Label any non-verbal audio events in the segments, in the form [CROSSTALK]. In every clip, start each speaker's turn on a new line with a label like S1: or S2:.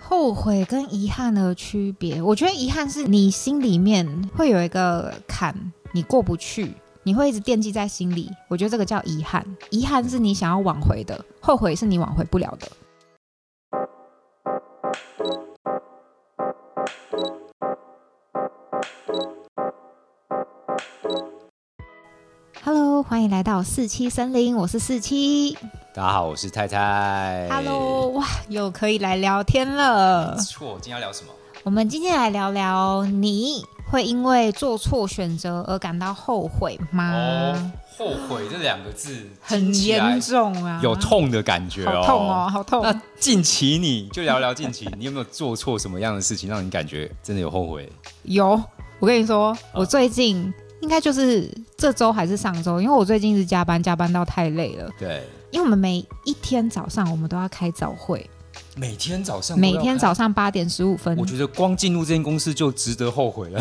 S1: 后悔跟遗憾的区别，我觉得遗憾是你心里面会有一个坎，你过不去，你会一直惦记在心里。我觉得这个叫遗憾。遗憾是你想要挽回的，后悔是你挽回不了的。Hello，欢迎来到四七森林，我是四七。
S2: 大家好，我是太太。
S1: Hello，哇，又可以来聊天了
S2: 没。错，今天要聊什么？
S1: 我们今天来聊聊，你会因为做错选择而感到后悔吗？
S2: 哦，后悔这两个字听
S1: 嗯很
S2: 起来
S1: 严重啊，
S2: 有痛的感觉哦。
S1: 好痛哦，。好痛。
S2: 那近期你就聊聊近期， [LAUGHS] 你有没有做错什么样的事情，让你感觉真的有后悔？
S1: 有，我跟你说，
S2: 嗯
S1: 我最近应该就是这周还是上周，因为我最近是加班，加班到太累了。
S2: 对，
S1: 因为我们每一天早上我们都要开早会，
S2: 每天早上，
S1: 每天，早上八点十五分，
S2: 我觉得光进入这间公司就值得后
S1: [LAUGHS]
S2: 悔了。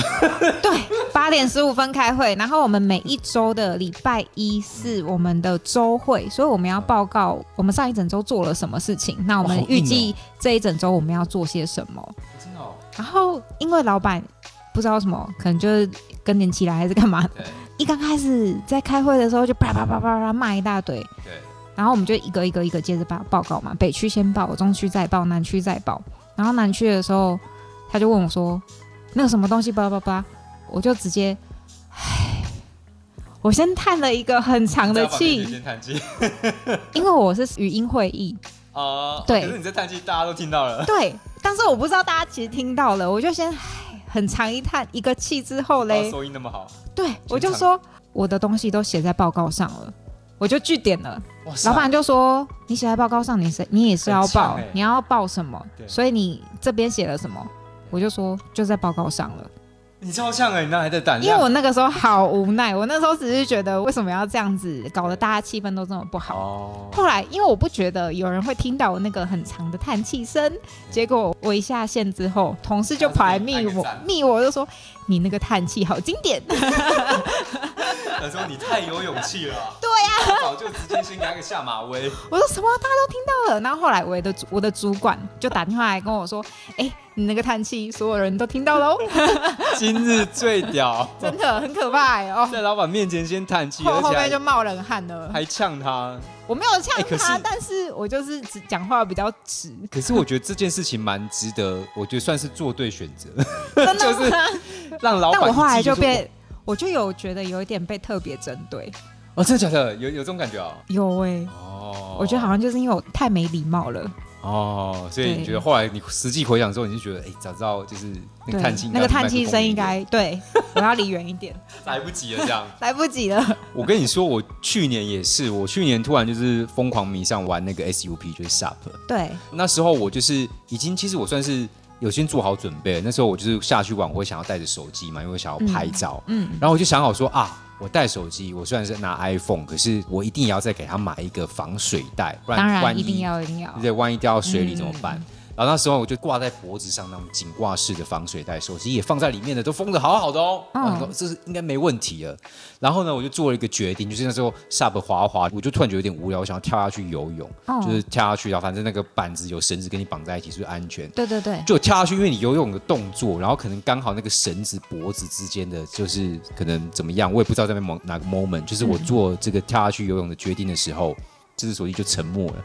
S1: 对，八点十五分开会，然后我们每一周的礼拜一是我们的周会，所以我们要报告我们上一整周做了什么事情，那我
S2: 哇
S1: 们
S2: 哦好硬
S1: 预计这一整周我们要做些什么。
S2: 真的哦，
S1: 然后因为老板不知道什么，可能就是更年期来还是干嘛，
S2: 对
S1: 一刚开始在开会的时候就啪啪啪啪啪骂一大堆，
S2: 对，
S1: 然后我们就一个一个一个接着报报告嘛，北区先报，中区再报，南区再报。然后南区的时候，他就问我说：“那个什么东西，叭叭叭。”我就直接，唉，我先叹了一个很长的
S2: 大家把感觉 [LAUGHS]
S1: 气，
S2: 先叹气
S1: 因为我是语音会议，
S2: 啊。
S1: 对
S2: 可是你在叹气，大家都听到了。
S1: 对，但是我不知道大家其实听到了，我就先唉很长一叹一个气之后
S2: 然后
S1: 嘞，
S2: 收音那么好，
S1: 对我就
S2: 全场
S1: 说我的东西都写在报告上了，我就据点了。
S2: 哇塞
S1: 老板就说：“你写在报告上，你是你也是要报
S2: 啊很呛，欸
S1: 你要报什么？
S2: 对
S1: 所以你这边写了什么？”我就说就在报告上了，
S2: 你超像哎，你那还在胆
S1: 因为
S2: 量。
S1: 我那个时候好无奈，我那时候只是觉得为什么要这样子，搞得大家气氛都这么不好。
S2: 哦，
S1: 后来因为我不觉得有人会听到我那个很长的叹气声，结果我一下线之后，同事就跑来密
S2: 按个
S1: 我
S2: 赞，
S1: 密我就说你那个叹气好经典，
S2: 他说你太有勇气了、对
S1: 啊
S2: 呀、早就直接先给他个下马威。
S1: 我说什么？大家都听到了。然后后来我的主我的主管就打电话来跟我说：“哎、你那个叹气，所有人都听到
S2: [LAUGHS]
S1: 喽，
S2: 今日最屌，
S1: 真的很可怕、欸、哦。
S2: 在老板面前先叹”气，
S1: 后
S2: 啊而
S1: 后
S2: 且
S1: 面就
S2: 还
S1: 冒冷汗了。
S2: 还呛他。
S1: 我没有呛
S2: 哎可
S1: 他，
S2: 是
S1: 但是我就是只讲话比较直，
S2: 可是我觉得这件事情蛮值得，我觉得算是做对选择，
S1: 真的
S2: [LAUGHS] 就
S1: 吗？
S2: 是让老板
S1: 但
S2: 一记
S1: 我后来
S2: 就
S1: 就
S2: 说
S1: 被，我就有觉得有一点被特别针对，
S2: 哦，真的假的？有有这种感觉哦。
S1: 有哎、
S2: 哦
S1: 我觉得好像就是因为我太没礼貌了，
S2: 哦，所以
S1: 对
S2: 你觉得后来你实际回想之后，你就觉得，哎、早知道就是那
S1: 对
S2: 个叹气，，
S1: 那个叹气声应该对，我要离远一点，
S2: 来不及了这样。
S1: 来不及了。
S2: 我跟你说，我去年也是，我去年突然就是疯狂迷上玩那个 SUP，就是 SUP。 [LAUGHS]
S1: 对，
S2: 那时候我就是已经，其实我算是有先做好准备了。那时候我就是下去玩，我会想要带着手机嘛，因为我想要拍照。
S1: 嗯，
S2: 然后我就想好说啊，我带手机，我虽然是拿 iPhone，可是我一定也要再给他买一个防水袋，不
S1: 当
S2: 然
S1: 然
S2: 万一
S1: 一定要一定要
S2: 对不，对？万一掉到水里
S1: 嗯
S2: 怎么办？然后那时候我就挂在脖子上那种紧挂式的防水袋，手机也放在里面的，都封的好好的哦。
S1: 嗯
S2: 然后我说这是应该没问题了。然后呢，我就做了一个决定，就是那时候下巴滑滑，我就突然觉得有点无聊，我想要跳下去游泳，
S1: 哦
S2: 就是跳下去，然后反正那个板子有绳子跟你绑在一起，所以安全。
S1: 对对对，
S2: 就跳下去，因为你游泳的动作，然后可能刚好那个绳子脖子之间的，就是可能怎么样，我也不知道在那某哪个 moment，就是
S1: 嗯
S2: 我做这个跳下去游泳的决定的时候，这只手机就沉默了。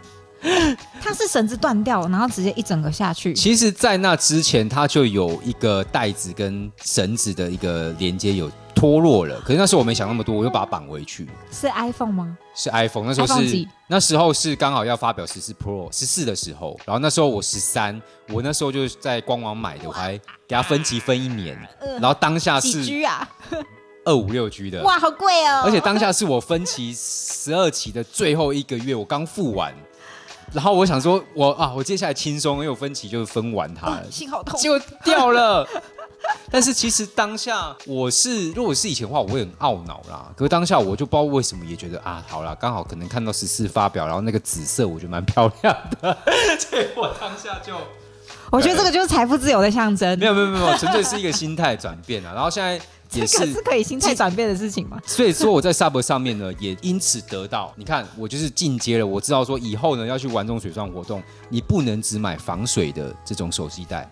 S1: 它是绳子断掉，然后直接一整个下去。
S2: 其实，在那之前，它就有一个带子跟绳子的一个连接有脱落了，可是那时候我没想那么多，我就把它绑回去。
S1: 是 iPhone 吗？
S2: 是 iPhone，那时候
S1: iPhone
S2: 是
S1: 几
S2: 那时候是刚好要发表十四 Pro 十四的时候，然后那时候我十三，我那时候就是在官网买的，我还给它分期分一年，然后当下
S1: 几
S2: 是
S1: G 啊？
S2: 二五六 G 的，
S1: 哇，好贵哦！
S2: 而且当下是我分期十二期的最后一个月，我刚付完，然后我想说我啊，我接下来轻松，因为我分期就是分完它了，
S1: 哦心好痛。
S2: 结果掉了。但是其实当下我是，如果是以前的话，我会很懊恼啦。可是当下我就不知道为什么也觉得啊，好啦，刚好可能看到十四发表，然后那个紫色我觉得蛮漂亮的， [LAUGHS] 所以我当下就
S1: 我觉得这个就是财富自由的象征
S2: 没。有没有没有，纯粹是一个心态转变啊。然后现在
S1: 这
S2: 也
S1: 个
S2: 是
S1: 是可以心态转变的事情吗？
S2: 所以说我在 Sub 上面呢，也因此得到，你看我就是进阶了，我知道说以后呢要去玩这种水上活动，你不能只买防水的这种手机袋。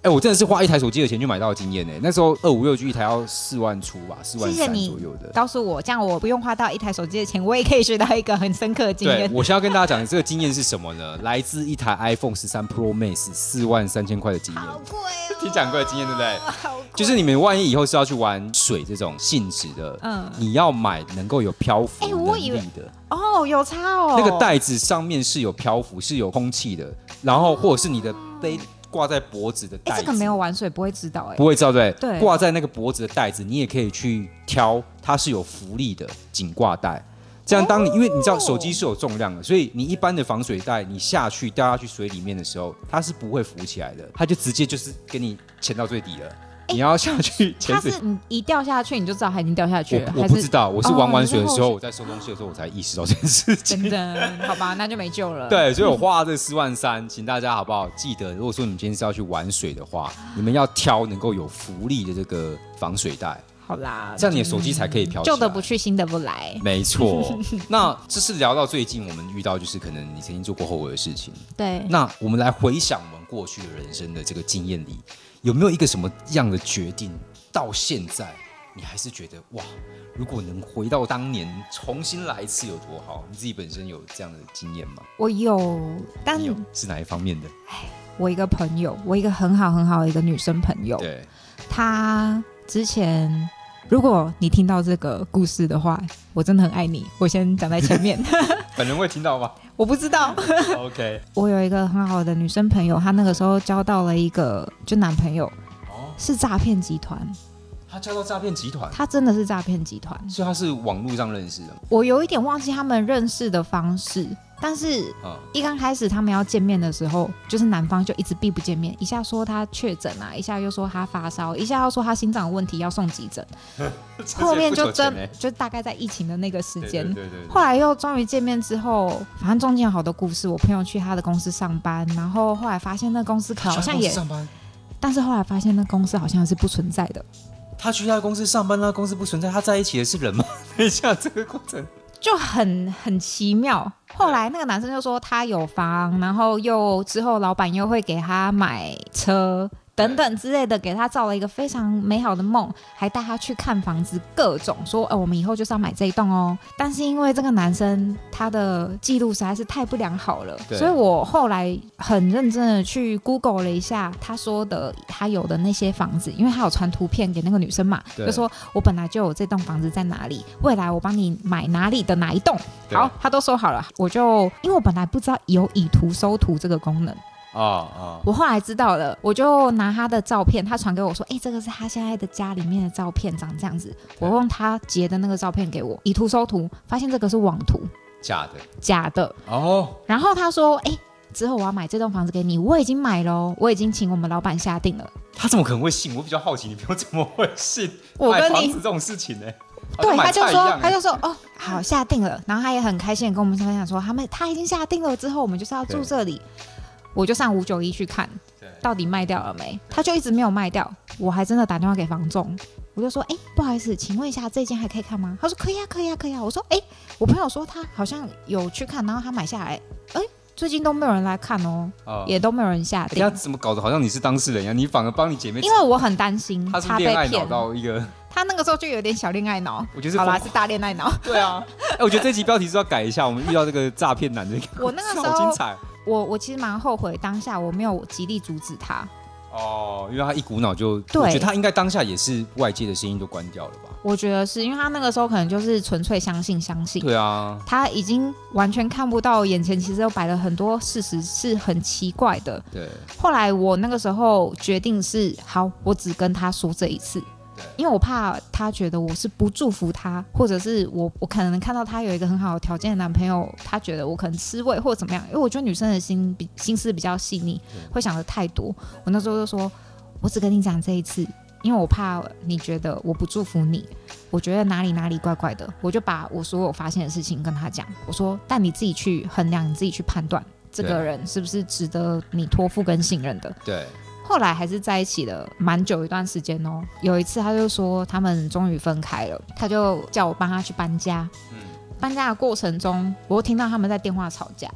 S2: 哎，我真的是花一台手机的钱去买到的经验呢。那时候二五六 G 一台要四万出吧，四万
S1: 谢谢
S2: 三
S1: 你
S2: 左右
S1: [LAUGHS]
S2: 的。
S1: 告诉我，这样我不用花到一台手机的钱，我也可以学到一个很深刻的经
S2: 对
S1: 验，。
S2: 我先要跟大家讲的这个经验是什么呢？来自一台 iPhone 十三 Pro Max 四万三千块的经验。
S1: 好贵哦！
S2: 听讲过的经验对不对
S1: 好贵哦
S2: 就是你们万一以后是要去玩水这种性质的，
S1: 嗯
S2: 你要买能够有漂浮
S1: 哎
S2: 能
S1: 我
S2: 力
S1: 以为
S2: 的。
S1: 哦，有差哦。
S2: 那个袋子上面是有漂浮，是有空气的，然后或者是你的背挂在脖子的
S1: 哎、
S2: 袋子，
S1: 哦这个没有玩水不会知道哎、
S2: 不会知道对不
S1: 对
S2: 挂在那个脖子的袋子，你也可以去挑，它是有浮力的颈挂带。这样，
S1: 哦
S2: 当你因为你知道手机是有重量的，所以你一般的防水袋，你下去掉下去水里面的时候，它是不会浮起来的，它就直接就是给你潜到最底了。你要下去潜
S1: 它
S2: 水
S1: 是你一掉下去你就知道它已经掉下去了，
S2: 我我
S1: 还
S2: 不知
S1: 是
S2: 道，我是
S1: 哦
S2: 玩完
S1: 你是
S2: 水的时
S1: 后
S2: 候，
S1: 水
S2: 我在收东西的时候，我才意识到这件事情。
S1: 真的？好吧，那就没救了。，
S2: [LAUGHS] 对，所以我花了这四万三，请大家好不好记得，如果说你们今天是要去玩水的话，你们要挑能够有浮力的这个防水袋，
S1: 好啦，
S2: 这样你的手机才可以飘起
S1: 嗯
S2: 来。
S1: 旧的不去，新的不来。[LAUGHS]
S2: 没错。那这是聊到最近我们遇到，就是可能你曾经做过后悔的事情。
S1: 对，
S2: 那我们来回想我们过去的人生的这个经验里，有没有一个什么样的决定，到现在你还是觉得哇，如果能回到当年重新来一次有多好？你自己本身有这样的经验吗？
S1: 我有，但
S2: 你有是哪一方面的？
S1: 我一个朋友，我一个很好很好的一个女生朋友，
S2: 对。
S1: 她之前。如果你听到这个故事的话，我真的很爱你。我先讲在前
S2: [LAUGHS]
S1: 面，
S2: 本人会听到吗 [LAUGHS]
S1: 我不知道，
S2: ？OK，
S1: 我有一个很好的女生朋友，她那个时候交到了一个就男朋友
S2: 哦，
S1: 是诈骗集团，
S2: 他叫到诈骗集团，
S1: 她真的是诈骗集团。
S2: 所以他是网络上认识的嘛，
S1: 我有一点忘记他们认识的方式，但是
S2: 嗯，
S1: 一刚开始他们要见面的时候，就是男方就一直避不见面，一下说他确诊啊，一下又说他发烧，一下又说他心脏有问题要送急诊，后面就真就大概在疫情的那个时间。
S2: 对对
S1: 后来又终于见面之后，反正中间有好多故事。我朋友去他的公司上班，然后后来发现那公司好像也，
S2: 上班，
S1: 但是后来发现那公司好像是不存在的，
S2: 他去他的公司上班，那公司不存在，他在一起的是人吗？ [LAUGHS] 等一下，这个过程
S1: 就很很奇妙。后来那个男生就说他有房，然后又之后老板又会给他买车等等之类的，给他造了一个非常美好的梦，还带他去看房子，各种说，呃，我们以后就是要买这一栋哦。但是因为这个男生他的记录实在是太不良好了，
S2: 对
S1: 所以我后来很认真的去 Google 了一下他说的他有的那些房子，因为他有传图片给那个女生嘛，
S2: 对
S1: 就说我本来就有这栋房子在哪里，未来我帮你买哪里的哪一栋。
S2: 对啊
S1: 好，他都说好了，我就因为我本来不知道有以图搜图这个功能，
S2: 啊啊，
S1: 我后来知道了，我就拿他的照片，他传给我说，哎、这个是他现在的家里面的照片，长这样子。我用他截的那个照片给我，以图搜图，发现这个是网图，
S2: 假的
S1: 假的。
S2: 哦，
S1: 然后他说，哎、之后我要买这栋房子给你，我已经买了哦，我已经请我们老板下定了。
S2: 他怎么可能会信？我比较好奇，你朋友怎么会信
S1: 我
S2: 买
S1: 跟
S2: 房
S1: 你
S2: 子这种事情呢？
S1: 对，
S2: 好像买
S1: 他就
S2: 菜一
S1: 说，
S2: 样
S1: 他
S2: 哎
S1: 就说，哦，好，下定了。然后他也很开心地跟我们分享说，他们他已经下定了，之后我们就是要住
S2: 对
S1: 这里。我就上五九一去看
S2: 对
S1: 到底卖掉了没，他就一直没有卖掉。我还真的打电话给房仲，我就说，哎、不好意思，请问一下这间还可以看吗？他说可以啊，可以啊，可以啊。我说，哎、我朋友说他好像有去看，然后他买下来，哎、最近都没有人来看哦，
S2: 啊，
S1: 也都没有人下
S2: 人
S1: 定
S2: 家，怎么搞得好像你是当事人一样？你反而帮你姐妹，
S1: 因为我很担心
S2: 他是
S1: 他被
S2: 恋爱脑
S1: 骗。
S2: 到一个，
S1: 他那个时候就有点小恋爱脑，
S2: 我觉得是
S1: 好啦，
S2: 疯
S1: 是大恋爱脑。
S2: 对啊，哎，我觉得这集标题是要改一下，我们遇到这个诈骗男的，
S1: [LAUGHS] 我那个时
S2: 好精
S1: 候
S2: 彩
S1: 我我其实蛮后悔当下我没有极力阻止他，
S2: 哦，因为他一股脑就，
S1: 对
S2: 我觉得他应该当下也是外界的声音都关掉了吧？
S1: 我觉得是因为他那个时候可能就是纯粹相信相信，
S2: 对啊，
S1: 他已经完全看不到眼前其实有摆了很多事实是很奇怪的。
S2: 对
S1: 后来我那个时候决定是好，我只跟他说这一次。
S2: 对
S1: 因为我怕他觉得我是不祝福他，或者是我我可能看到他有一个很好的条件的男朋友，他觉得我可能吃味或怎么样。因为我觉得女生的心比心思比较细腻，
S2: 对
S1: 会想的太多。我那时候就说，我只跟你讲这一次，因为我怕你觉得我不祝福你，我觉得哪里哪里怪怪的，我就把我所有发现的事情跟他讲。我说，但你自己去衡量，你自己去判断这个
S2: 对啊
S1: 人是不是值得你托付跟信任的。
S2: 对，
S1: 后来还是在一起了蛮久一段时间哦。有一次他就说他们终于分开了，他就叫我帮他去搬家。
S2: 嗯
S1: 搬家的过程中，我又听到他们在电话吵架。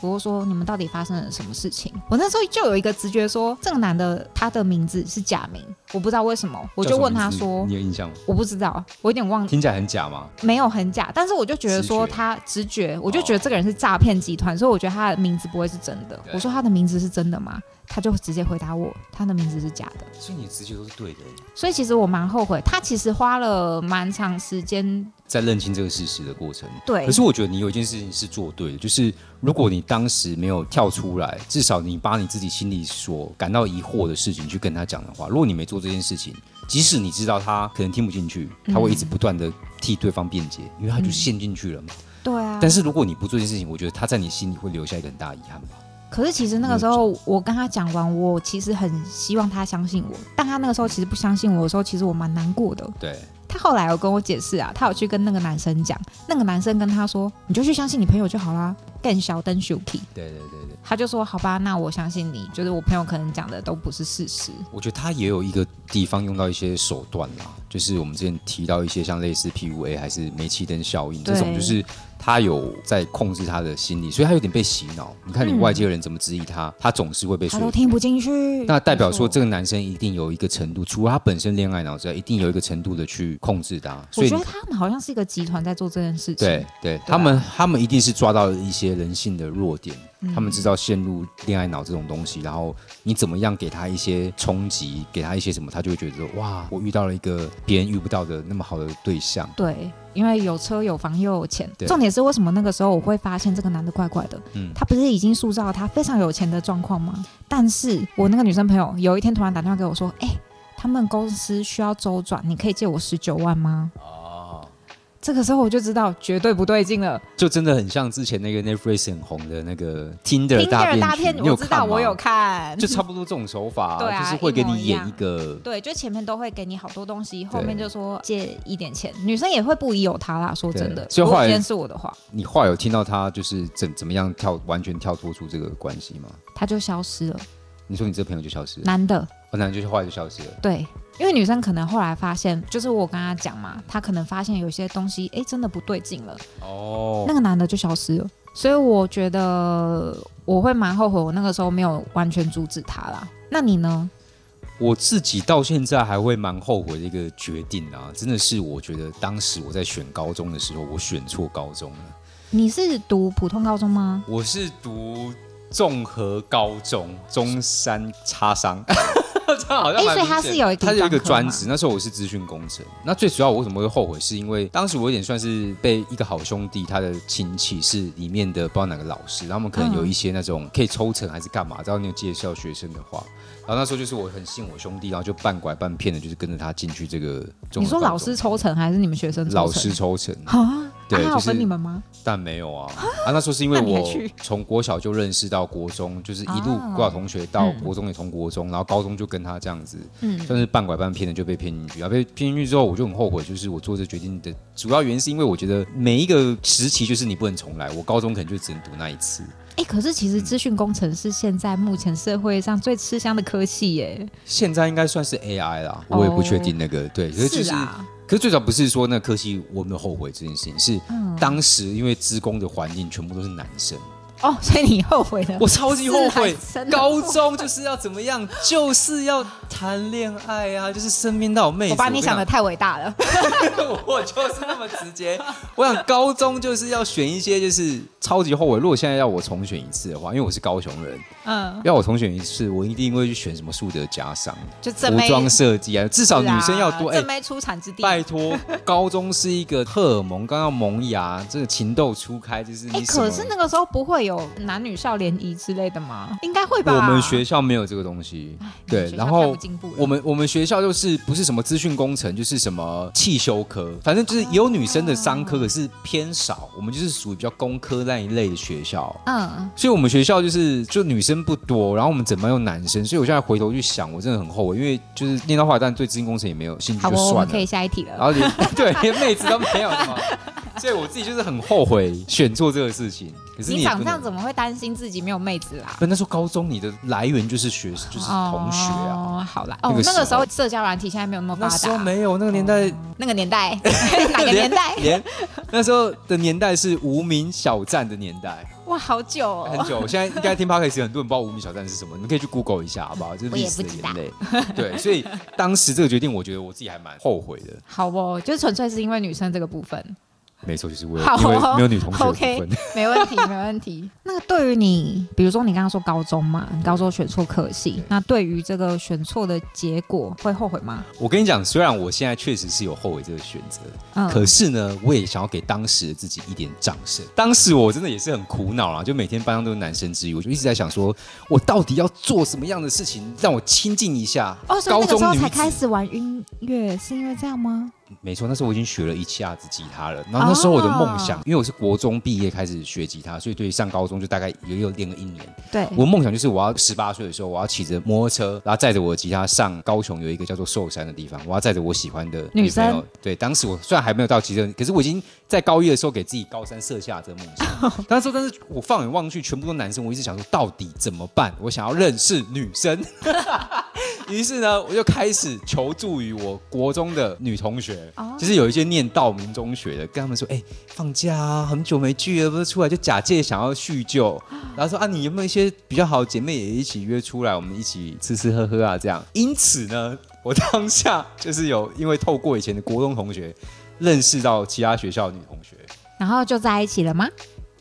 S1: 我就说你们到底发生了什么事情？我那时候就有一个直觉说，这个男的他的名字是假名，我不知道为什么，我
S2: 叫
S1: 就
S2: 什么
S1: 问
S2: 名
S1: 他
S2: 字
S1: 说
S2: 你，有印象吗？
S1: 我不知道，我有点忘，
S2: 听起来很假吗？
S1: 没有很假，但是我就觉得说
S2: 直觉
S1: 他直觉，我就觉得这个人是诈骗集团，所以我觉得他的名字不会是真的。
S2: 对
S1: 我说他的名字是真的吗？他就直接回答我，他的名字是假的。
S2: 所以你的直觉都是对的，
S1: 所以其实我蛮后悔，他其实花了蛮长时间，
S2: 在认清这个事实的过程。
S1: 对
S2: 可，是我觉得你有一件事情是做对的，就是如果你当时没有跳出来，至少你把你自己心里所感到疑惑的事情去跟他讲的话，如果你没做这件事情，即使你知道他可能听不进去，他会一直不断的替对方辩解，因为他就陷进去了嘛。
S1: 对啊。
S2: 但是如果你不做这件事情，我觉得他在你心里会留下一个很大的遗憾吧。
S1: 可是其实那个时候我跟他讲完，我其实很希望他相信我，但他那个时候其实不相信我的时候，其实我蛮难过的。
S2: 对，
S1: 他后来有跟我解释啊，他有去跟那个男生讲，那个男生跟他说，你就去相信你朋友就好啦，更小灯 Shuki。
S2: 对对对对，
S1: 他就说：“好吧，那我相信你，就是我朋友可能讲的都不是事实。
S2: 我觉得他也有一个地方用到一些手段啦，就是我们之前提到一些像类似 PUA 还是煤气灯效应
S1: 对
S2: 这种，就是他有在控制他的心理，所以他有点被洗脑。你看你
S1: 嗯
S2: 外界人怎么质疑他，他总是会被
S1: 他都
S2: 说服。
S1: 听不进去，
S2: 那代表说
S1: 没错
S2: 这个男生一定有一个程度，除了他本身恋爱脑之外，一定有一个程度的去控制他。所
S1: 我
S2: 以
S1: 觉
S2: 你
S1: 得他们好像是一个集团在做这件事情。
S2: 对对，他们他们一定是抓到了一些人性的弱点，
S1: 嗯
S2: 他们知道陷入恋爱脑这种东西，然后你怎么样给他一些冲击，给他一些什么，他就会觉得哇，我遇到了一个别人遇不到的那么好的对象。
S1: 对，因为有车有房又有钱，
S2: 对
S1: 重点是为什么那个时候我会发现这个男的怪怪的？
S2: 嗯
S1: 他不是已经塑造他非常有钱的状况吗？但是我那个女生朋友有一天突然打电话给我说：“哎、他们公司需要周转，你可以借我十九万吗？”
S2: 哦，
S1: 这个时候我就知道绝对不对劲了。
S2: 就真的很像之前那个 Netflix 很红的那个 Tinder
S1: 听
S2: 大
S1: 着
S2: 骗
S1: 大
S2: 局
S1: 片，
S2: 你有
S1: 我知道，
S2: 看吗
S1: 我有，看，
S2: 就差不多这种手
S1: [LAUGHS]
S2: 法、
S1: 对啊
S2: 就是会给你
S1: 一模一
S2: 演
S1: 样
S2: 一个。
S1: 对，就前面都会给你好多东西，后面就说借一点钱，女生也会不疑有他啦。说真的，
S2: 对所以
S1: 如果
S2: 后来
S1: 今天是我的话，
S2: 你话有听到他就是怎怎么样跳完全跳脱出这个关系吗？
S1: 他就消失了。你
S2: 你说你这朋友就消失了，
S1: 男的，
S2: 哦，那就是后来就消失了。
S1: 对，因为女生可能后来发现，就是我跟她讲嘛，她可能发现有些东西，哎，真的不对劲了，
S2: 哦
S1: 那个男的就消失了。所以我觉得我会蛮后悔，我那个时候没有完全阻止他啦。那你呢？
S2: 我自己到现在还会蛮后悔的一个决定啊，真的是我觉得当时我在选高中的时候，我选错高中了。
S1: 你是读普通高中吗？
S2: 我是读综合高中，中山叉商， [LAUGHS] 这样好像
S1: 哎，所
S2: 蛮明
S1: 以
S2: 显
S1: 他是有一个
S2: 它有一个
S1: 专科
S2: 专
S1: 吗
S2: 职，那时候我是资讯工程。那最主要我为什么会后悔，是因为当时我有点算是被一个好兄弟他的亲戚是里面的不知道哪个老师，然后他们可
S1: 嗯
S2: 能有一些那种可以抽成还是干嘛，只要你有介绍学生的话。然后那时候就是我很信我兄弟，然后就半拐半骗的，就是跟着他进去这个中文高中。
S1: 你说老师抽成还是你们学生抽成？
S2: 老师抽成，
S1: 啊，
S2: 对
S1: 啊他有
S2: 就是
S1: 分你们吗？
S2: 但没有啊啊！那时候是因为
S1: 那你还
S2: 我
S1: 去
S2: 从国小就认识到国中，就是一路
S1: 啊
S2: 国小同学到
S1: 嗯
S2: 国中也同国中，然后高中就跟他这样子，
S1: 嗯，
S2: 算是半拐半骗的就被骗进去，啊然后被骗进去之后，我就很后悔，就是我做这决定的主要原因是因为我觉得每一个时期就是你不能重来，我高中可能就只能读那一次，
S1: 哎、可是
S2: 嗯
S1: 其实资讯工程是现在目前社会上最吃香的科系耶。
S2: 现在应该算是 AI 啦，
S1: 哦
S2: 我也不确定那个、对，可是就是，
S1: 啊，
S2: 可是最早不是说那科系我有没有后悔这件事情，是
S1: 嗯，
S2: 当时因为职工的环境全部都是男生，
S1: 哦，所以你后悔了？
S2: 我超级后悔
S1: 是还真，的
S2: [LAUGHS] 高中就是要怎么样，就是要谈恋爱啊，就是身边都有妹子，
S1: 我把你
S2: 跟
S1: 想
S2: 讲
S1: 的太伟大了。
S2: [LAUGHS] 我就是那么直接。我想高中就是要选一些就是超级后悔。如果现在要我重选一次的话，因为我是高雄人，
S1: 嗯，
S2: 要我重选一次，我一定会去选什么树德家商、
S1: 就正
S2: 服
S1: 妹
S2: 装设计啊，至少女生要多。哎
S1: 是啊正妹出产之地。
S2: 拜托，高中是一个荷尔蒙刚要萌芽，这个情窦初开，就是
S1: 哎、
S2: 你什么。
S1: 可是那个时候不会有男女校联谊之类的吗？应该会吧。哎
S2: 我们学校没有这个东西，对，
S1: 学校
S2: 然
S1: 太
S2: 后
S1: 不进步了
S2: 我们我们学校就是不是什么资讯工程，就是什么汽修科，反正就是有女生的商科，可是偏少。我们就是属于比较工科那一类的学校，
S1: 嗯，
S2: 所以我们学校就是就女生不多，然后我们整班又男生，所以我现在回头去想，我真的很后悔，因为就是念到后来，但对资讯工程也没有兴趣，
S1: 好
S2: 就
S1: 哦，我们
S2: 算了啊 [LAUGHS]
S1: 可。以下一题了。
S2: 然后连对连妹子都没有的嘛，所以我自己就是很后悔选错这个事情。可是
S1: 你
S2: 也
S1: 长
S2: 不
S1: 这样
S2: 能，
S1: 怎么会担心自己没有妹子啊啦？
S2: 不，那时候高中你的来源就是学，就是同学啊。
S1: 哦，好啦，哦
S2: 那，个时
S1: 那
S2: 候
S1: 个时候社交软体现在没有那么发
S2: 那时候
S1: 达，
S2: 没有那个年代，
S1: 那个年
S2: [LAUGHS]
S1: 代，哪个年代？
S2: 连那时候的年代是无名小站的年代，
S1: 哇，好久哦，
S2: 很久。现在应该听 podcast 很多人不知道无名小站是什么，你们可以去 Google 一下，好不好？就是
S1: 我也
S2: 历史的
S1: 不知
S2: 眼泪。对，所以当时这个决定，我觉得我自己还蛮后悔的。
S1: 好哦，就是纯粹是因为女生这个部
S2: [LAUGHS]
S1: 分，
S2: 没错，就是为
S1: 好
S2: 了
S1: 哦
S2: 因为没有女同学的部
S1: OK
S2: 分。
S1: 没问题，没问题。那对于你，比如说你刚刚说高中嘛，你高中选错科系
S2: 对，
S1: 那对于这个选错的结果会后悔吗？
S2: 我跟你讲，虽然我现在确实是有后悔这个选择，
S1: 嗯，
S2: 可是呢，我也想要给当时的自己一点掌声。当时我真的也是很苦恼啦，就每天班上都是男生之余，我就一直在想说，我到底要做什么样的事情让我亲近一下
S1: 哦，所以
S2: 高
S1: 那个时
S2: 中
S1: 候
S2: 女
S1: 才
S2: 子？
S1: 开始玩音乐，是因为这样吗？
S2: 没错，那时候我已经学了一下子吉他了。然后那时候我的梦想，
S1: 哦
S2: 因为我是国中毕业开始学吉他，所以对于上高中就大概也有练了一年。
S1: 对，
S2: 我梦想就是我要十八岁的时候，我要骑着摩托车，然后载着我的吉他上高雄有一个叫做寿山的地方，我要载着我喜欢的
S1: 女
S2: 朋友
S1: 生。
S2: 对，当时我虽然还没有到骑车，可是我已经在高一的时候给自己高三设下这个梦
S1: [LAUGHS]
S2: 想。当时，但是我放眼望去，全部都男生，我一直想说到底怎么办？我想要认识女
S1: [LAUGHS]
S2: 生。于是呢，我就开始求助于我国中的女同学
S1: 哦，
S2: 就是有一些念道明中学的，跟他们说，哎、放假啊，很久没聚了，不是出来就假借想要叙旧，然后说啊，你有没有一些比较好的姐妹也一起约出来，我们一起吃吃喝喝啊，这样。因此呢，我当下就是有因为透过以前的国中同学，认识到其他学校的女同学
S1: 然后就在一起了吗？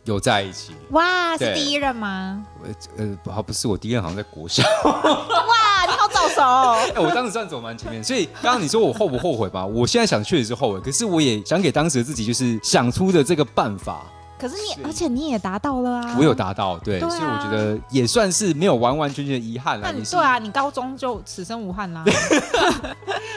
S2: 有在一起，
S1: 哇，是
S2: 对
S1: 第一任吗？
S2: 呃呃，不好，不是我第一任好像在国小。 [LAUGHS]
S1: 哇，你好早熟哦。
S2: 哎、我当时算走蛮前面，所以刚刚你说我后不后悔吧？我现在想确实是后悔，可是我也想给当时的自己，就是想出的这个办法，
S1: 可是你，
S2: 是
S1: 而且你也达到了啊。
S2: 我有。达到，对，
S1: 对啊
S2: 所以我觉得也算是没有完完全全的遗憾
S1: 那
S2: 啦。
S1: 你
S2: 也是
S1: 对啊，你高中就此生无
S2: [LAUGHS]
S1: 憾啦， [LAUGHS]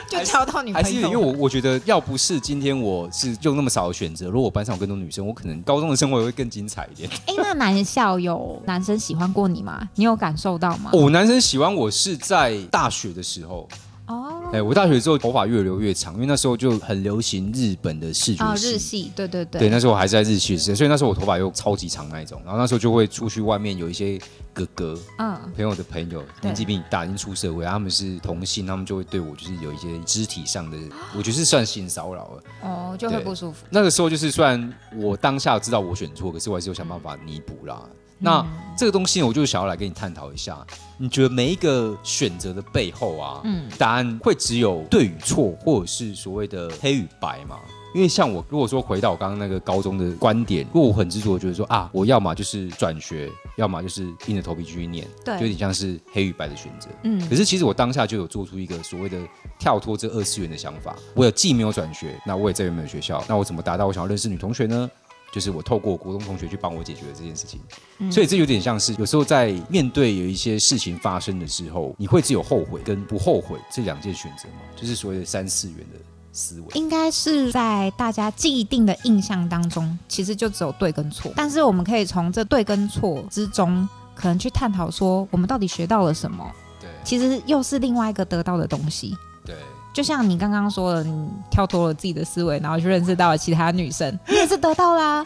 S1: 就交到女
S2: 还
S1: 朋
S2: 是因为
S1: 友。
S2: 我我觉得，要不是今天我是用那么少的选择，如果我班上有更多女生，我可能高中的生活也会更精彩一点。
S1: 哎，那男校有男生喜欢过你吗？你有感受到吗？
S2: 哦，男生喜欢我是在大学的时候，
S1: 哦
S2: 哎、，我大学之后头发越留越长，因为那时候就很流行日本的视觉
S1: 哦，
S2: 系
S1: 日系，对对
S2: 对，
S1: 对。
S2: 那时候我还是在日系时，所以那时候我头发又超级长那一种，然后那时候就会出去外面有一些哥哥
S1: 嗯，
S2: 朋友的朋友，
S1: 对
S2: 年纪比你大，已经出社会，他们是同性，他们就会对我就是有一些肢体上的，我觉得是算性骚扰了。
S1: 哦，就会
S2: 对
S1: 不舒服。
S2: 那个时候就是虽然我当下知道我选错，可是我还是有想办法弥补啦。
S1: 嗯
S2: 那、这个东西呢，我就想要来跟你探讨一下，你觉得每一个选择的背后啊，
S1: 嗯
S2: 答案会只有对与错，或者是所谓的黑与白嘛？因为像我，如果说回到我刚刚那个高中的观点，如果我很执着，觉得说啊，我要么就是转学，要么就是硬着头皮继续念，
S1: 对
S2: 就有点像是黑与白的选择。
S1: 嗯
S2: 可是其实我当下就有做出一个所谓的跳脱这二次元的想法，我有既没有转学，那我也在原本的学校，那我怎么达到我想要认识女同学呢？就是我透过国中同学去帮我解决了这件事情，
S1: 嗯
S2: 所以这有点像是有时候在面对有一些事情发生的时候，你会只有后悔跟不后悔这两件选择吗？就是所谓的三四元的思维。
S1: 应该是在大家既定的印象当中，其实就只有对跟错。但是我们可以从这对跟错之中，可能去探讨说我们到底学到了什么，
S2: 对
S1: 其实又是另外一个得到的东西。
S2: 对，
S1: 就像你刚刚说的，你跳脱了自己的思维，然后去认识到了其他女生，你也是得到啦。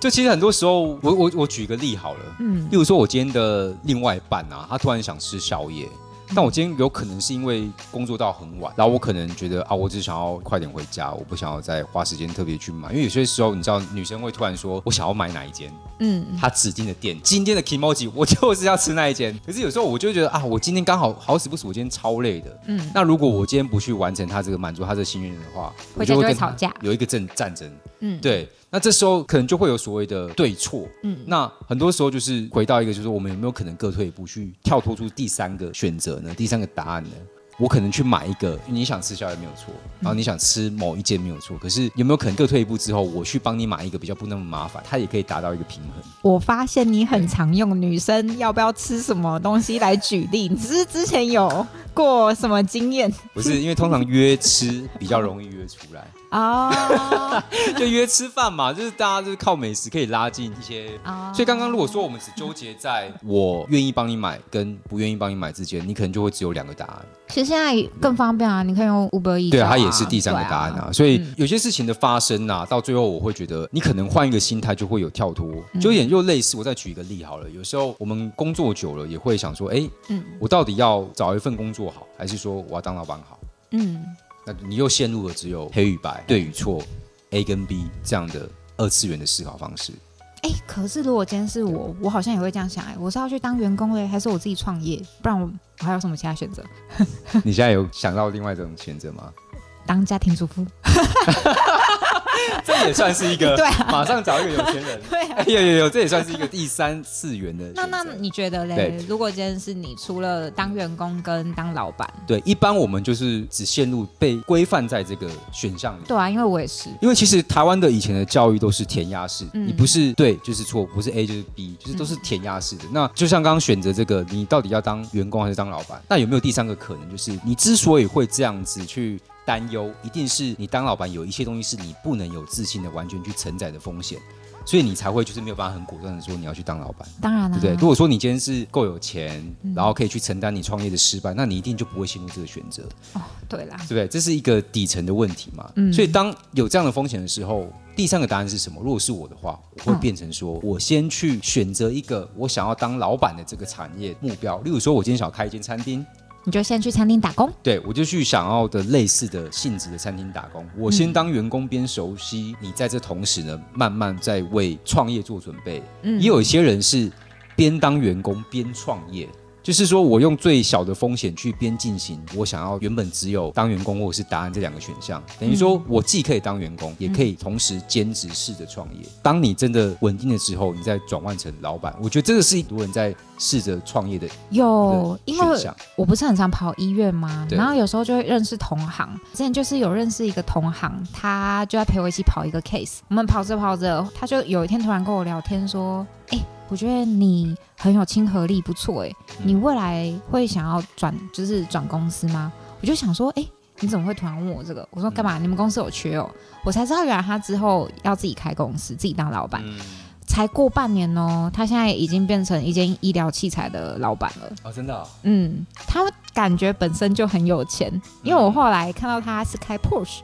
S2: 就其实很多时候，我我我举个例好了，
S1: 嗯
S2: 例如说，我今天的另外一半啊，他突然想吃宵夜，但我今天有可能是因为工作到很晚，然后我可能觉得啊，我只想要快点回家，我不想要再花时间特别去买，因为有些时候你知道，女生会突然说，我想要买哪一间，
S1: 嗯，
S2: 她指定的店，今天的 Kimoji 我就是要吃那一间。可是有时候我就会觉得啊，我今天刚好好死不死，我今天超累的，
S1: 嗯
S2: 嗯，那如果我今天不去完成她这个满足她这个心愿的话，
S1: 回
S2: 我
S1: 家就会
S2: 跟
S1: 吵架。
S2: 有一个战战争，
S1: 嗯
S2: 嗯，对。那这时候可能就会有所谓的对错，
S1: 嗯
S2: 嗯，那很多时候就是回到一个，就是我们有没有可能各退一步，去跳脱出第三个选择呢？第三个答案呢？我可能去买一个你想吃宵夜没有错，然后你想吃某一件没有错，可是有没有可能各退一步之后，我去帮你买一个比较不那么麻烦，它也可以达到一个平衡。
S1: 我发现你很常用女生要不要吃什么东西来举例，你是不是之前有过什么经验
S2: 不是因为通常约吃比较容易约出来，
S1: [LAUGHS] 哦 [LAUGHS]
S2: 就约吃饭嘛，就是大家就是靠美食可以拉近一些。
S1: 哦
S2: 所以刚刚如果说我们只纠结在我愿意帮你买跟不愿意帮你买之间，你可能就会只有两个答案。
S1: 其实现在更方便啊，你可以用 Uber E，
S2: 对啊，它也是第三个答案啊。所以有些事情的发生啊，到最后我会觉得，你可能换一个心态就会有跳脱，就有点又类似。我再举一个例好了，有时候我们工作久了也会想说，哎，
S1: 嗯
S2: 我到底要找一份工作好，还是说我要当老板好？
S1: 嗯，
S2: 那你又陷入了只有黑与白、对与错、A 跟 B 这样的二次元的思考方
S1: [LAUGHS]
S2: 式。
S1: 哎、可是如果今天是我，我好像也会这样想哎、我是要去当员工嘞，还是我自己创业？不然我我还有什么其他选择？
S2: 你现在有想到另外一种选择吗？
S1: 当家庭主妇？
S2: 这也算是一
S1: [LAUGHS]
S2: 个，
S1: 对啊
S2: 马上找一个有钱人。
S1: [LAUGHS] 对啊
S2: 哎有有有，这也算是一个第三次元的选择。
S1: 那那你觉得嘞？如果今天是你除了当员工跟当老板，
S2: 对，一般我们就是只陷入被规范在这个选项里。
S1: 对啊，因为我也是，
S2: 因为其实台湾的以前的教育都是填鸭式，
S1: 嗯
S2: 你不是对就是错，不是 A 就是 B，就是都是填鸭式的。那就像刚刚选择这个，你到底要当员工还是当老板？那有没有第三个可能，就是你之所以会这样子去担忧，一定是你当老板有一些东西是你不能有自信的完全去承载的风险，所以你才会就是没有办法很果断的说你要去当老板。
S1: 当然啦、啊
S2: 对不对？如果说你今天是够有钱，然后可以去承担你创业的失败，那你一定就不会陷入这个选择，
S1: 哦，对啦，
S2: 对不对？这是一个底层的问题嘛。
S1: 嗯
S2: 所以当有这样的风险的时候，第三个答案是什么？如果是我的话，我会变成说，我先去选择一个我想要当老板的这个产业目标。例如说，我今天想要开一间餐厅，
S1: 你就先去餐厅打工，
S2: 对我就去想要的类似的性质的餐厅打工。我先当员工，边熟悉，你在这同时呢，慢慢在为创业做准备。
S1: 嗯，
S2: 也有一些人是边当员工边创业，就是说我用最小的风险去边进行我想要原本只有当员工或者是答案这两个选项，等于说我既可以当员工，也可以同时兼职式的创业。当你真的稳定了之后，你再转换成老板，我觉得这个是很多人在试着创业的
S1: 有，
S2: 一
S1: 因
S2: 个
S1: 为
S2: 选项。
S1: 我不是很常跑医院吗？
S2: 对
S1: 然后有时候就会认识同行。之前就是有认识一个同行，他就在陪我一起跑一个 case。我们跑着跑着，他就有一天突然跟我聊天说：“哎、我觉得你很有亲和力，不错哎、
S2: 嗯
S1: 你未来会想要转就是转公司吗？”我就想说：“哎、你怎么会突然问我这个？”我说：“干
S2: 嗯
S1: 嘛？你们公司有缺哦？”我才知道原来他之后要自己开公司，自己当老板。
S2: 嗯，
S1: 才过半年哦，他现在已经变成一间医疗器材的老板了。
S2: 哦，真的哦、
S1: 嗯，他感觉本身就很有钱，因为我后来看到他是开 Porsche，、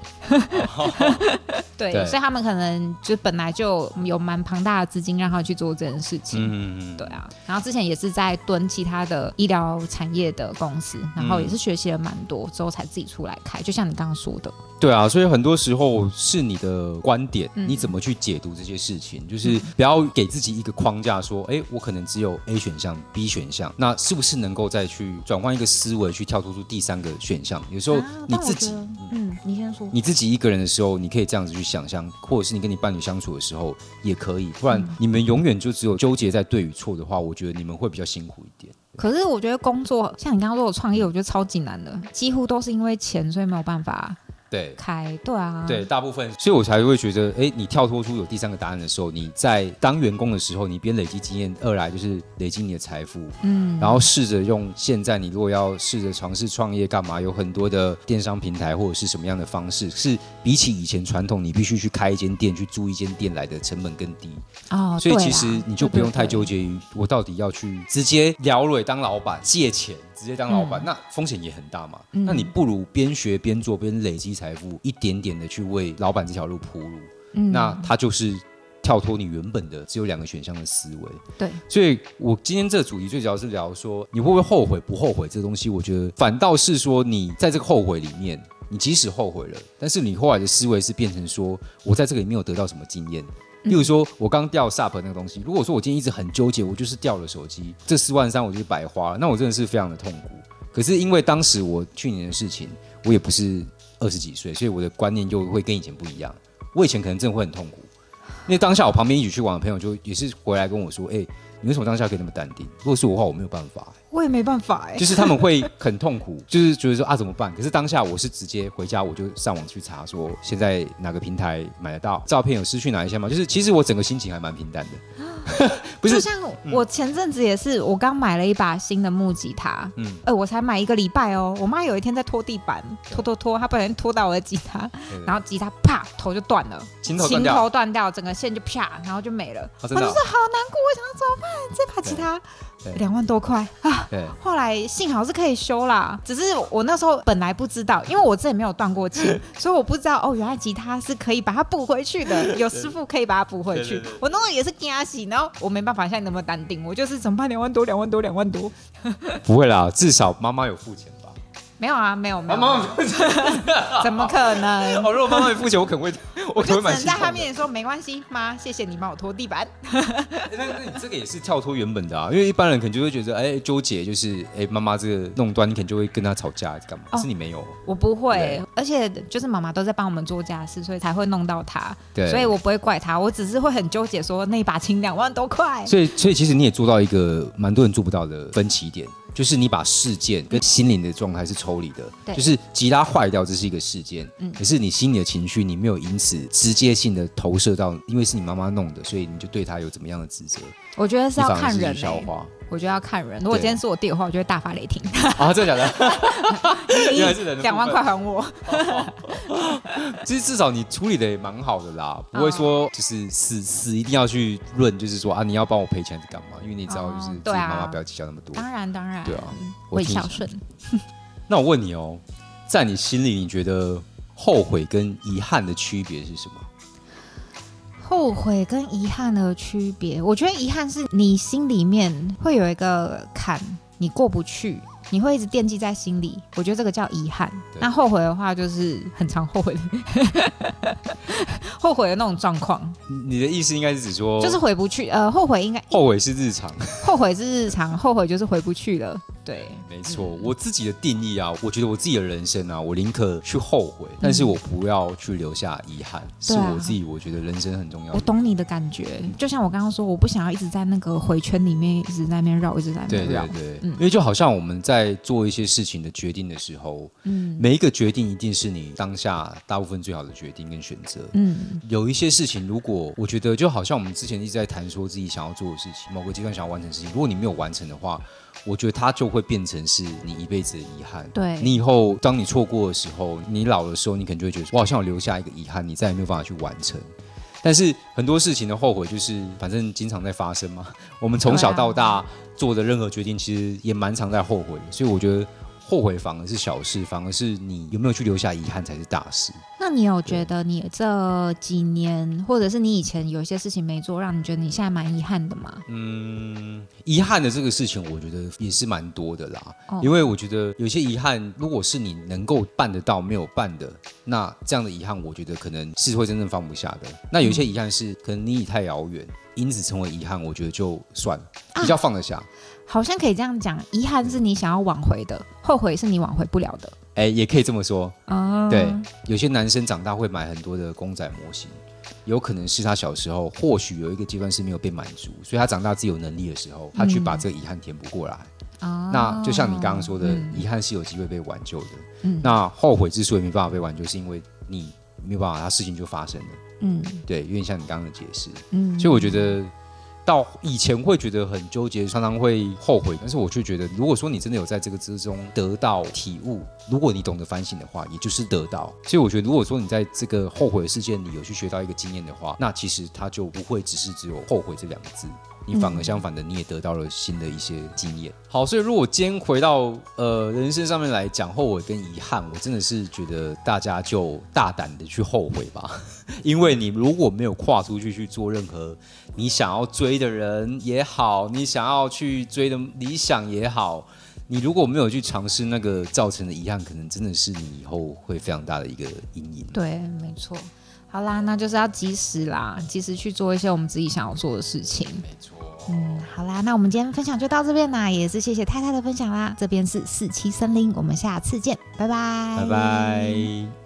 S1: 对，
S2: 对
S1: 所以他们可能就本来就有蛮庞大的资金让他去做这件事情。
S2: [LAUGHS] 嗯，
S1: 对啊，然后之前也是在蹲其他的医疗产业的公司，然后也是学习了蛮多，之后才自己出来开。就像你刚刚说的，
S2: 对啊，所以很多时候是你的观点，
S1: 嗯
S2: 你怎么去解读这些事情，就是不要给自己一个框架，说，哎，我可能只有 A 选项、B 选项，那是不是能够再去转换一个思维，去跳脱出第三个选项？有时候
S1: 啊
S2: 你
S1: 但我
S2: 自
S1: 觉
S2: 己
S1: 得。嗯，你先说。
S2: 你自己一个人的时候，你可以这样子去想象，或者是你跟你伴侣相处的时候也可以，不然
S1: 嗯
S2: 你们永远就只有纠结在对与错的话，我觉得你们会比较辛苦一点。
S1: 可是我觉得工作，像你刚刚说的创业，我觉得超级难的，几乎都是因为钱，所以没有办法
S2: 对，
S1: 开。对啊，
S2: 对，大部分，所以我才会觉得，哎，你跳脱出有第三个答案的时候，你在当员工的时候，你边累积经验，二来就是累积你的财富，
S1: 嗯，
S2: 然后试着用现在你如果要试着尝试创业干嘛，有很多的电商平台或者是什么样的方式，是比起以前传统你必须去开一间店、去租一间店来的成本更低，
S1: 哦，
S2: 所以
S1: 对
S2: 其
S1: 啦
S2: 实你就不用太
S1: 对对
S2: 纠。
S1: 对
S2: 结于我到底要去直接了蕊当老板借钱。直接当老板，那风险也很大嘛。
S1: 嗯
S2: 那你不如边学边做，边累积财富，一点点的去为老板这条路铺路。
S1: 嗯
S2: 那它就是跳脱你原本的只有两个选项的思维。
S1: 对，
S2: 所以我今天这个主题最主要是聊说，你会不会后悔不后悔这东西？我觉得反倒是说，你在这个后悔里面，你即使后悔了，但是你后来的思维是变成说，我在这个里面有得到什么经验。例如说，我刚掉 SUP 那个东西，如果说我今天一直很纠结，我就是掉了手机，这四万三我就是白花了，那我真的是非常的痛苦。可是因为当时我去年的事情，我也不是二十几岁，所以我的观念就会跟以前不一样。我以前可能真的会很痛苦，因为当下我旁边一起去玩的朋友就也是回来跟我说：“哎、你为什么当下可以那么淡定？如果是我的话，我没有办法、欸
S1: 我也没办法哎、
S2: 就是他们会很痛苦， [LAUGHS] 就是觉得说啊怎么办？可是当下我是直接回家，我就上网去查说现在哪个平台买得到照片，有失去哪一些吗？就是其实我整个心情还蛮平淡的， [LAUGHS] 不，
S1: 就是
S2: 嗯
S1: 像我前阵子也是，我刚买了一把新的木吉他，
S2: 嗯，
S1: 呃，我才买一个礼拜哦。我妈有一天在拖地板，拖拖拖，她不小心拖到我的吉他，
S2: 对对
S1: 然后吉他啪头就断了，
S2: 琴头断掉
S1: 头断掉，整个线就啪，然后就没了。
S2: 哦
S1: 我
S2: 真
S1: 就
S2: 的
S1: 是
S2: 哦
S1: 好难过，我想要怎么办？这把吉他
S2: 对对
S1: 两万多块啊！
S2: 对，
S1: 后来幸好是可以修啦，只是我那时候本来不知道，因为我自己没有断过
S2: [LAUGHS]
S1: 琴，所以我不知道哦，原来吉他是可以把它补回去的，有师傅可以把它补回去。
S2: 对对对
S1: 我那时候也是惊喜，然后我没办法，现在那么淡定，我就是怎么办？两万多，两万多，两万多，
S2: 不会啦，至少妈妈有付钱吧？
S1: 没有啊，没有没
S2: 啊，
S1: 有，
S2: 妈妈付钱，
S1: 怎么可能？
S2: 哦，如果妈妈没付钱，我可能会， [LAUGHS] 我
S1: 我
S2: 可能
S1: 就只
S2: 会蛮
S1: 能
S2: 心
S1: 在
S2: 痛
S1: 他
S2: 的。
S1: 面前说没关系，妈，谢谢你帮我拖地板。
S2: 哎那那你这个也是跳脱原本的啊，因为一般人可能就会觉得，哎，纠结就是，哎，妈妈这个弄端，你可能就会跟她吵架干
S1: 哦
S2: 嘛？可是你没有，哦
S1: 我不会
S2: 对，
S1: 而且就是妈妈都在帮我们做家事，所以才会弄到她。
S2: 对，
S1: 所以我不会怪她，我只是会很纠结说那一把琴两万多块。
S2: 所以，所以其实你也做到一个蛮多人做不到的分歧点，就是你把事件跟心灵的状态是抽离的。
S1: 对
S2: 就是吉他坏掉，这是一个事件，
S1: 嗯
S2: 可是你心里的情绪，你没有因此直接性的投射到，因为是你妈妈弄的，所以你就对她有怎么样的指责，
S1: 我觉得是
S2: 你
S1: 要
S2: 反而
S1: 看
S2: 是
S1: 人、
S2: 去消
S1: 欸， [LAUGHS]
S2: 化。
S1: 我觉得要看人。如果
S2: 对
S1: 今天是我弟的话，我就会大发雷霆，
S2: 啊，真的假的？ [LAUGHS] 啊原来是人的部分
S1: 两万块还我。
S2: 其实至少你处理的也蛮好的啦，
S1: 哦
S2: 不会说就是死死一定要去论，就是说啊你要帮我赔钱是干嘛？因为你知道
S1: 哦
S2: 就是自己
S1: 对啊
S2: 妈妈不要计较那么多。
S1: 当然当然，
S2: 对啊，我
S1: 会
S2: 听你
S1: 孝
S2: 讲
S1: 顺。
S2: 那我问你哦，在你心里，你觉得后悔跟遗憾的区别是什么？
S1: 后悔跟遗憾的区别，我觉得遗憾是你心里面会有一个坎，你过不去，你会一直惦记在心里。我觉得这个叫遗憾
S2: 对。
S1: 那后悔的话，就是很常后悔的， [LAUGHS] 后悔的那种状况，
S2: 你的意思应该是指说，
S1: 就是回不去。呃，后悔应该
S2: 后悔是日常，
S1: 后悔是日常，后悔就是回不去了。对，
S2: 没错。 [LAUGHS] 我自己的定义啊，我觉得我自己的人生啊，我宁可去后悔，但是我不要去留下遗憾，是
S1: 嗯对啊
S2: 我自己我觉得人生很重要
S1: 我
S2: 的。
S1: 懂你的感觉，就像我刚刚说，我不想要一直在那个回圈里面一直在那边绕，一直在那
S2: 对
S1: 边
S2: 对
S1: 绕。
S2: 对，
S1: 嗯
S2: 因为就好像我们在做一些事情的决定的时候，
S1: 嗯
S2: 每一个决定一定是你当下大部分最好的决定跟选择。
S1: 嗯，
S2: 有一些事情，如果我觉得就好像我们之前一直在谈说自己想要做的事情，某个阶段想要完成的事情，如果你没有完成的话，我觉得它就会变成是你一辈子的遗憾。
S1: 对，
S2: 你以后当你错过的时候，你老的时候，你可能就会觉得，我好像有留下一个遗憾，你再也没有办法去完成。但是很多事情的后悔，就是反正经常在发生嘛。我们从小到大做的任何决定，其实也蛮常在后悔的。所以我觉得后悔反而是小事，反而是你有没有去留下遗憾才是大事。
S1: 那你有觉得你这几年，或者是你以前有一些事情没做，让你觉得你现在蛮遗憾的吗？
S2: 嗯，遗憾的这个事情，我觉得也是蛮多的啦。
S1: 哦
S2: 因为我觉得有些遗憾，如果是你能够办得到，没有办的，那这样的遗憾，我觉得可能是会真正放不下的。那有些遗憾是可能你已太遥远，因此成为遗憾，我觉得就算了，比较放得下。
S1: 好像可以这样讲，遗憾是你想要挽回的，后悔是你挽回不了的。
S2: 哎、也可以这么说。
S1: 哦
S2: 对，有些男生长大会买很多的公仔模型，有可能是他小时候或许有一个阶段是没有被满足，所以他长大自己有能力的时候，他去把这个遗憾填补过来。
S1: 哦
S2: 那就像你刚刚说的，
S1: 嗯
S2: 遗憾是有机会被挽救的。
S1: 嗯
S2: 那后悔之所以没办法被挽救，是因为你没有办法，它事情就发生了。
S1: 嗯
S2: 对，有点像你刚刚的解释。
S1: 嗯
S2: 所以我觉得，到以前会觉得很纠结，常常会后悔，但是我却觉得，如果说你真的有在这个之中得到体悟，如果你懂得反省的话，也就是得到。所以我觉得，如果说你在这个后悔的事件里有去学到一个经验的话，那其实它就不会只是只有后悔这两个字。你反而相反的，你也得到了新的一些经验。好，所以如果今天回到呃人生上面来讲后悔跟遗憾，我真的是觉得大家就大胆的去后悔吧，因为你如果没有跨出去去做任何你想要追的人也好，你想要去追的理想也好，你如果没有去尝试那个造成的遗憾，可能真的是你以后会非常大的一个阴影。
S1: 对，没错。好啦，那就是要及时啦，及时去做一些我们自己想要做的事情。
S2: 没错，
S1: 嗯，好啦，那我们今天分享就到这边啦，也是谢谢太太的分享啦。这边是四期森林，我们下次见，拜拜，
S2: 拜拜。